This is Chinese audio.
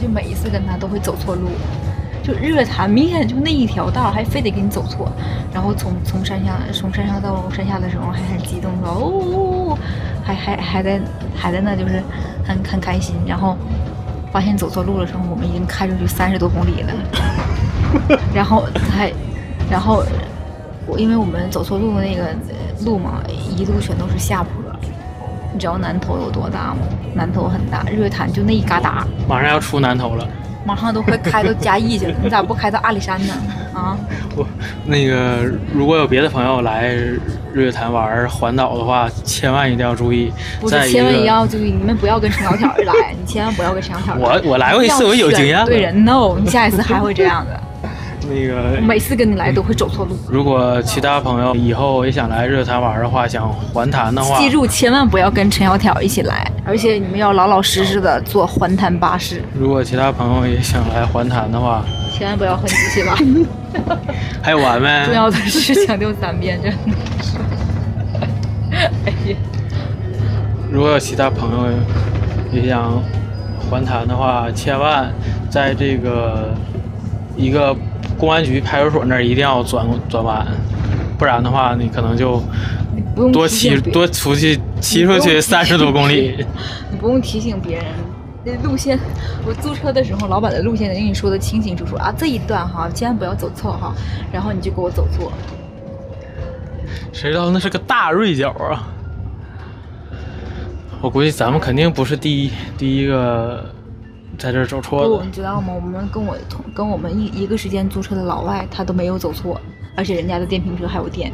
就每一次跟他都会走错路，就热他，明显就那一条道儿还非得给你走错，然后从从山下从山上到山下的时候还很激动说哦哦，哦还还还在还在那就是很很开心，然后发现走错路的时候，我们已经开出去三十多公里了， 然后还然后我因为我们走错路那个路嘛，一路全都是下坡。你知道南头有多大吗？南头很大，日月潭就那一旮沓，马上要出南头了。马上都快开到嘉义 去了，你咋不开到阿里山呢？啊，我那个如果有别的朋友来日月潭玩环岛的话，千万一定要注意。不在是，千万一定要注意，你们不要跟陈小挑儿来， 你千万不要跟陈小挑儿。我我来过一次要我有选经验对了人，no，你下一次还会这样的。那个每次跟你来都会走错路，如果其他朋友以后也想来日月潭玩的话，想环潭的话，记住千万不要跟陈小挑儿一起来，而且你们要老老实实的坐环潭巴士，如果其他朋友也想来环潭的话，千万不要和你一起 来。还有玩呗。重要的事强调三遍，真的是。哎呀。如果有其他朋友也想环潭的话，千万在这个一个公安局派出所那儿一定要转转弯，不然的话你可能就不用多提骑醒别多出去骑出你不去用三十多公里。你 不用提醒别人。那路线，我租车的时候，老板的路线得跟你说的清清楚楚啊，这一段哈，千万不要走错哈，然后你就给我走错。 谁知道那是个大锐角啊！我估计咱们肯定不是第一第一个在这儿走错不，的你。知道吗？我们跟我同跟我们一一个时间租车的老外，他都没有走错，而且人家的电瓶车还有电，